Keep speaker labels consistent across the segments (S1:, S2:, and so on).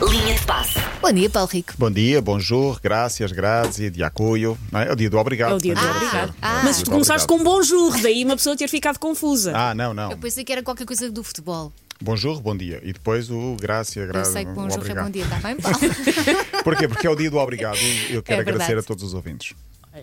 S1: Linha de passe.
S2: Bom dia, Paulo Rico.
S3: Bom dia, bonjour, graças, grazie, de apoio. Não é? é o dia do obrigado.
S4: É o dia do
S3: não
S4: obrigado.
S2: Ah,
S4: Mas
S3: Muito
S4: tu começaste um. com
S3: obrigado.
S4: um bom juro, daí uma pessoa ter ficado confusa.
S3: Ah, não, não.
S2: Eu pensei que era qualquer coisa do futebol.
S3: Bonjour, bom dia. E depois o graças,
S2: Eu
S3: grazie,
S2: sei que
S3: o
S2: bom jogo é
S3: obrigado.
S2: bom dia, está bem, Paulo?
S3: Porquê? Porque é o dia do obrigado e eu quero
S2: É
S3: agradecer
S2: verdade.
S3: a todos os ouvintes.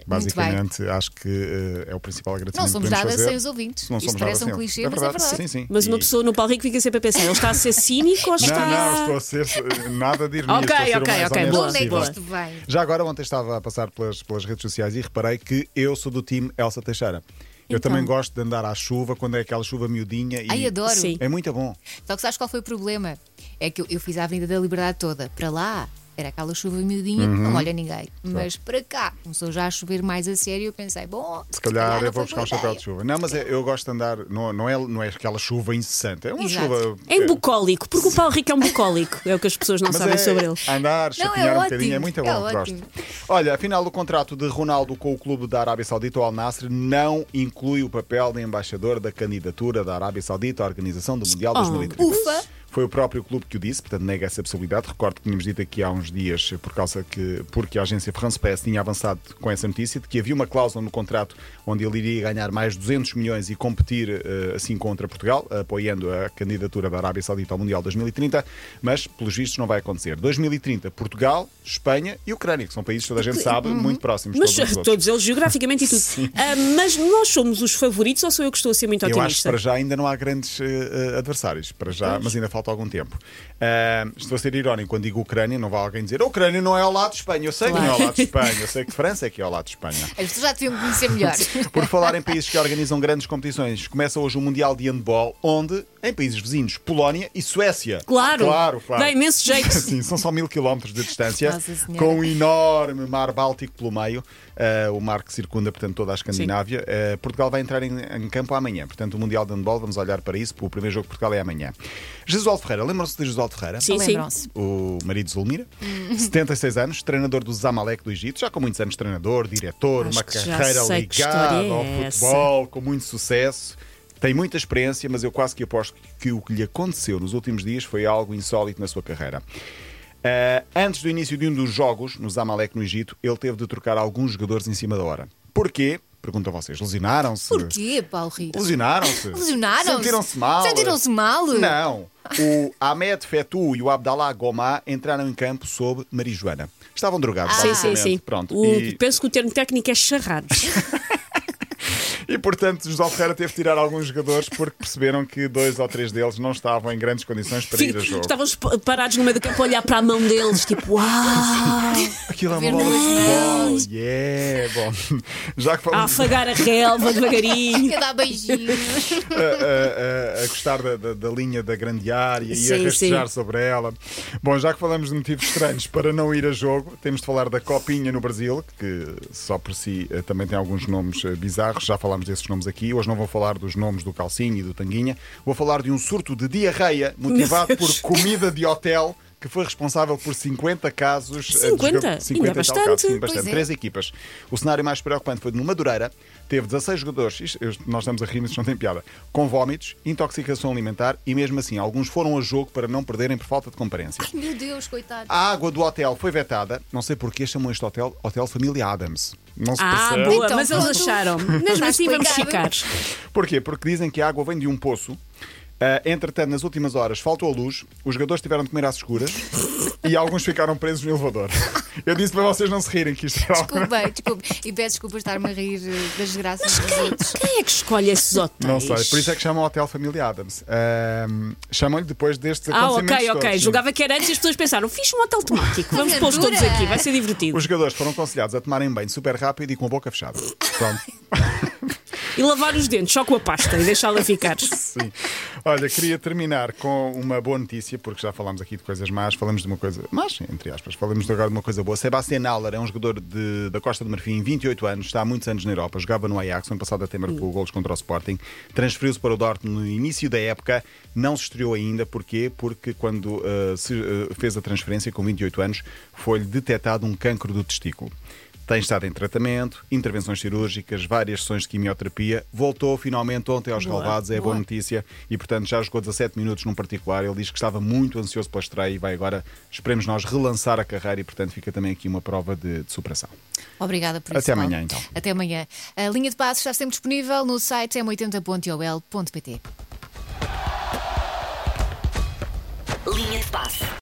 S3: Basicamente, acho que eh, é o principal agradecimento
S2: Não somos
S3: que podemos
S2: nada
S3: fazer.
S2: sem os ouvintes.
S3: Não
S2: Isto
S3: somos
S2: parece
S3: nada
S2: um
S3: sem.
S2: clichê,
S3: é
S2: mas é
S3: verdade.
S2: verdade.
S3: Sim, sim.
S4: Mas uma
S3: E-
S4: pessoa no Paulo Rico fica sempre a pensar: ele está a ser cínico ou está.
S3: Não, não, estou a ser eh, nada de ironia.
S4: Ah, Ok,
S3: estou a ser o
S4: ok,
S3: mais assim,
S4: ok,
S3: honesto
S4: boa,
S2: Onde é que
S3: possível.
S4: boa.
S2: isto vai?
S3: Já agora, ontem estava a passar pelas, pelas redes sociais e reparei que eu sou do time Elsa Teixeira. Eu
S2: Então.
S3: também gosto de andar à chuva, quando é aquela chuva miudinha. E
S2: Ai, adoro.
S4: Sim.
S3: É muito bom.
S2: Só que sabes qual foi o problema? É que eu, eu fiz a Avenida da Liberdade toda. Para lá era aquela chuva miudinha,
S3: Uhum.
S2: não olha ninguém. Mas para cá começou já a chover mais a sério. Eu pensei, bom,
S3: Se calhar
S2: não
S3: eu vou
S2: foi
S3: buscar um
S2: boa
S3: chapéu
S2: ideia.
S3: de chuva. Não, mas é- eu gosto de andar, não, não, é, não é aquela chuva incessante. É uma
S2: Exato.
S3: chuva.
S4: É um bucólico, porque o Paulo Rico é um bucólico. É o que as pessoas não
S3: Mas
S4: sabem
S3: é
S4: sobre ele.
S3: Andar, chapinhar um
S2: ótimo,
S3: bocadinho, é muito
S2: é
S3: bom,
S2: ótimo.
S3: gosto. Olha, a final do contrato de Ronaldo com o clube da Arábia Saudita, o Al Nassr, não inclui o papel de embaixador da candidatura da Arábia Saudita à organização do Mundial
S4: Oh,
S3: 2030.
S2: ufa.
S3: Foi o próprio clube que o disse, portanto nega essa possibilidade. Recordo que tínhamos dito aqui há uns dias, por causa que, porque a agência France Press tinha avançado com essa notícia, de que havia uma cláusula no contrato onde ele iria ganhar mais 200 milhões e competir eh, assim contra Portugal, apoiando a candidatura da Arábia Saudita ao Mundial 2030, mas pelos vistos não vai acontecer. 2030, Portugal, Espanha e Ucrânia, que são países que toda a gente sabe, muito próximos
S4: Mas
S3: todos,
S4: todos,
S3: os outros.
S4: eles, geograficamente e tudo. Ah, mas nós somos os favoritos ou sou eu que estou a ser muito
S3: Eu acho que
S4: otimista?
S3: para já ainda não há grandes eh, eh, adversários, para já, mas ainda falta algum tempo. Ah, estou a ser irónico quando digo Ucrânia, não vai alguém dizer a Ucrânia não é ao lado de Espanha. Eu sei que não é ao lado de Espanha, eu sei que França é que é ao lado de Espanha.
S2: As pessoas já deviam conhecer melhor.
S3: Por falar em países que organizam grandes competições, começa hoje o Mundial de Handball, onde, em países vizinhos, Polónia e Suécia.
S4: Claro.
S3: claro, claro.
S4: Dá imenso jeito.
S3: Sim, são só mil quilómetros de distância,
S2: Nossa Senhora.
S3: com um enorme mar Báltico pelo meio, eh, o mar que circunda, portanto, toda a Escandinávia. Eh, Portugal vai entrar em, em campo amanhã, portanto, o Mundial de Handball, vamos olhar para isso, porque o primeiro jogo de Portugal é amanhã. Jesualdo Ferreira, lembram-se de Jesualdo Ferreira?
S4: Sim, sim.
S2: Então Lembram-se.
S3: O marido de Zulmira,
S4: Hum.
S3: 76 anos, treinador do Zamalek do Egito, já com muitos anos treinador, diretor,
S4: Acho
S3: uma
S4: que já
S3: carreira
S4: sei que história
S3: ligada
S4: é
S3: ao futebol
S4: essa.
S3: futebol, com muito sucesso. Tem muita experiência, mas eu quase que aposto que o que lhe aconteceu nos últimos dias foi algo insólito na sua carreira. Ah, antes do início de um dos jogos, no Zamalek, no Egito, ele teve de trocar alguns jogadores em cima da hora. Porquê? Perguntam vocês. Lesionaram-se?
S2: Porquê, Paulo Rico?
S3: Lesionaram-se.
S2: Lesionaram-se?
S3: Sentiram-se mal.
S2: Sentiram-se mal?
S3: Não. O Ahmed Fetou e o Abdallah Gomá entraram em campo sob marijuana. Estavam drogados,
S4: Ah, Sim, sim,
S3: basicamente.
S4: sim.
S3: Pronto.
S4: O-
S3: E-
S4: Penso que o termo técnico é charrados.
S3: E portanto, José Ferreira teve de tirar alguns jogadores porque perceberam que dois ou três deles não estavam em grandes condições para ir a jogo.
S4: Estavam esp- parados no meio do campo a olhar para a mão deles, tipo, uau!
S3: Aquilo é uma
S2: Verdade.
S3: bola de futebol. Yeah, bom. Já que
S4: A
S3: falamos
S4: afagar a relva devagarinho.
S2: Quer dar beijinhos?
S3: a, a- a- a gostar da, da- da linha da grande área e a
S4: Sim,
S3: rastejar sobre ela. Bom, já que falamos de motivos estranhos para não ir a jogo, temos de falar da Copinha no Brasil, que só por si eh, também tem alguns nomes eh, bizarros. Já falámos desses nomes aqui. Hoje não vou falar dos nomes do Calcinho e do Tanguinha. Vou falar de um surto de diarreia motivado
S4: Meu
S3: por
S4: Deus.
S3: comida de hotel. Que foi responsável por 50 casos. eh, de
S4: 50?
S3: jogo-
S4: Ainda é
S3: 50 e tal
S4: bastante.
S3: casos, sim,
S4: Pois
S3: bastante.
S2: é.
S3: Três equipas. O cenário mais preocupante foi no Madureira, teve 16 jogadores, isto- eu- nós estamos a rir, mas isto não tem piada, com vómitos, intoxicação alimentar e mesmo assim alguns foram a jogo para não perderem por falta de comparência.
S2: Meu Deus, coitado.
S3: A água do hotel foi vetada, não sei porquê chamam este hotel Hotel Família Adams. Não se
S4: Ah,
S3: percebe.
S4: boa,
S2: Então,
S4: mas eles
S2: pronto.
S4: acharam. Mesmo
S2: Está
S4: assim, vamos ficar.
S2: explicado.
S3: Porquê? Porque dizem que a água vem de um poço. Ah, entretanto, nas últimas horas faltou a luz, os jogadores tiveram de comer às escuras e alguns ficaram presos no elevador. Eu disse para vocês não se rirem que isto era algo-
S2: Desculpem, desculpem. E peço desculpa estar-me a rir eh, das graças dos outros.
S4: Quem é que escolhe esses hotéis?
S3: Não sei, por isso é que chamam Hotel Família Adams. Ahm, Chamam-lhe depois destes
S4: Ah,
S3: acontecimentos.
S4: ok,
S3: todos,
S4: ok.
S3: sim.
S4: Julgava que era antes e as pessoas pensaram: fiz um hotel temático, vamos pô-los todos
S2: Aventura.
S4: aqui, vai ser divertido.
S3: Os jogadores foram aconselhados a tomarem banho super rápido e com a boca fechada. Pronto,
S4: E lavar os dentes só com a pasta e deixá-la ficar.
S3: sim. Olha, queria terminar com uma boa notícia, porque já falámos aqui de coisas más, falamos de uma coisa. Más, entre aspas, falamos de agora de uma coisa boa. Sebastian Haller é um jogador de- da Costa do Marfim, 28 anos, está há muitos anos na Europa, jogava no Ajax, ano passado até marcou golos contra o Sporting, transferiu-se para o Dortmund no início da época, não se estreou ainda, porquê? Porque quando eh, ah, se, ah, fez a transferência com 28 anos, foi-lhe detectado um cancro do testículo. Tem estado em tratamento, intervenções cirúrgicas, várias sessões de quimioterapia. Voltou finalmente ontem aos
S2: Boa,
S3: Galvados, é a boa
S2: boa.
S3: notícia. E, portanto, já jogou 17 minutos num particular. Ele diz que estava muito ansioso pela estreia e vai agora, esperemos nós, relançar a carreira. E, portanto, fica também aqui uma prova de, de superação.
S2: Obrigada por
S3: Até
S2: isso. Paulo.
S3: amanhã, então.
S2: Até amanhã. A linha de passos está sempre disponível no site m80.ol.pt.
S1: Linha de passe.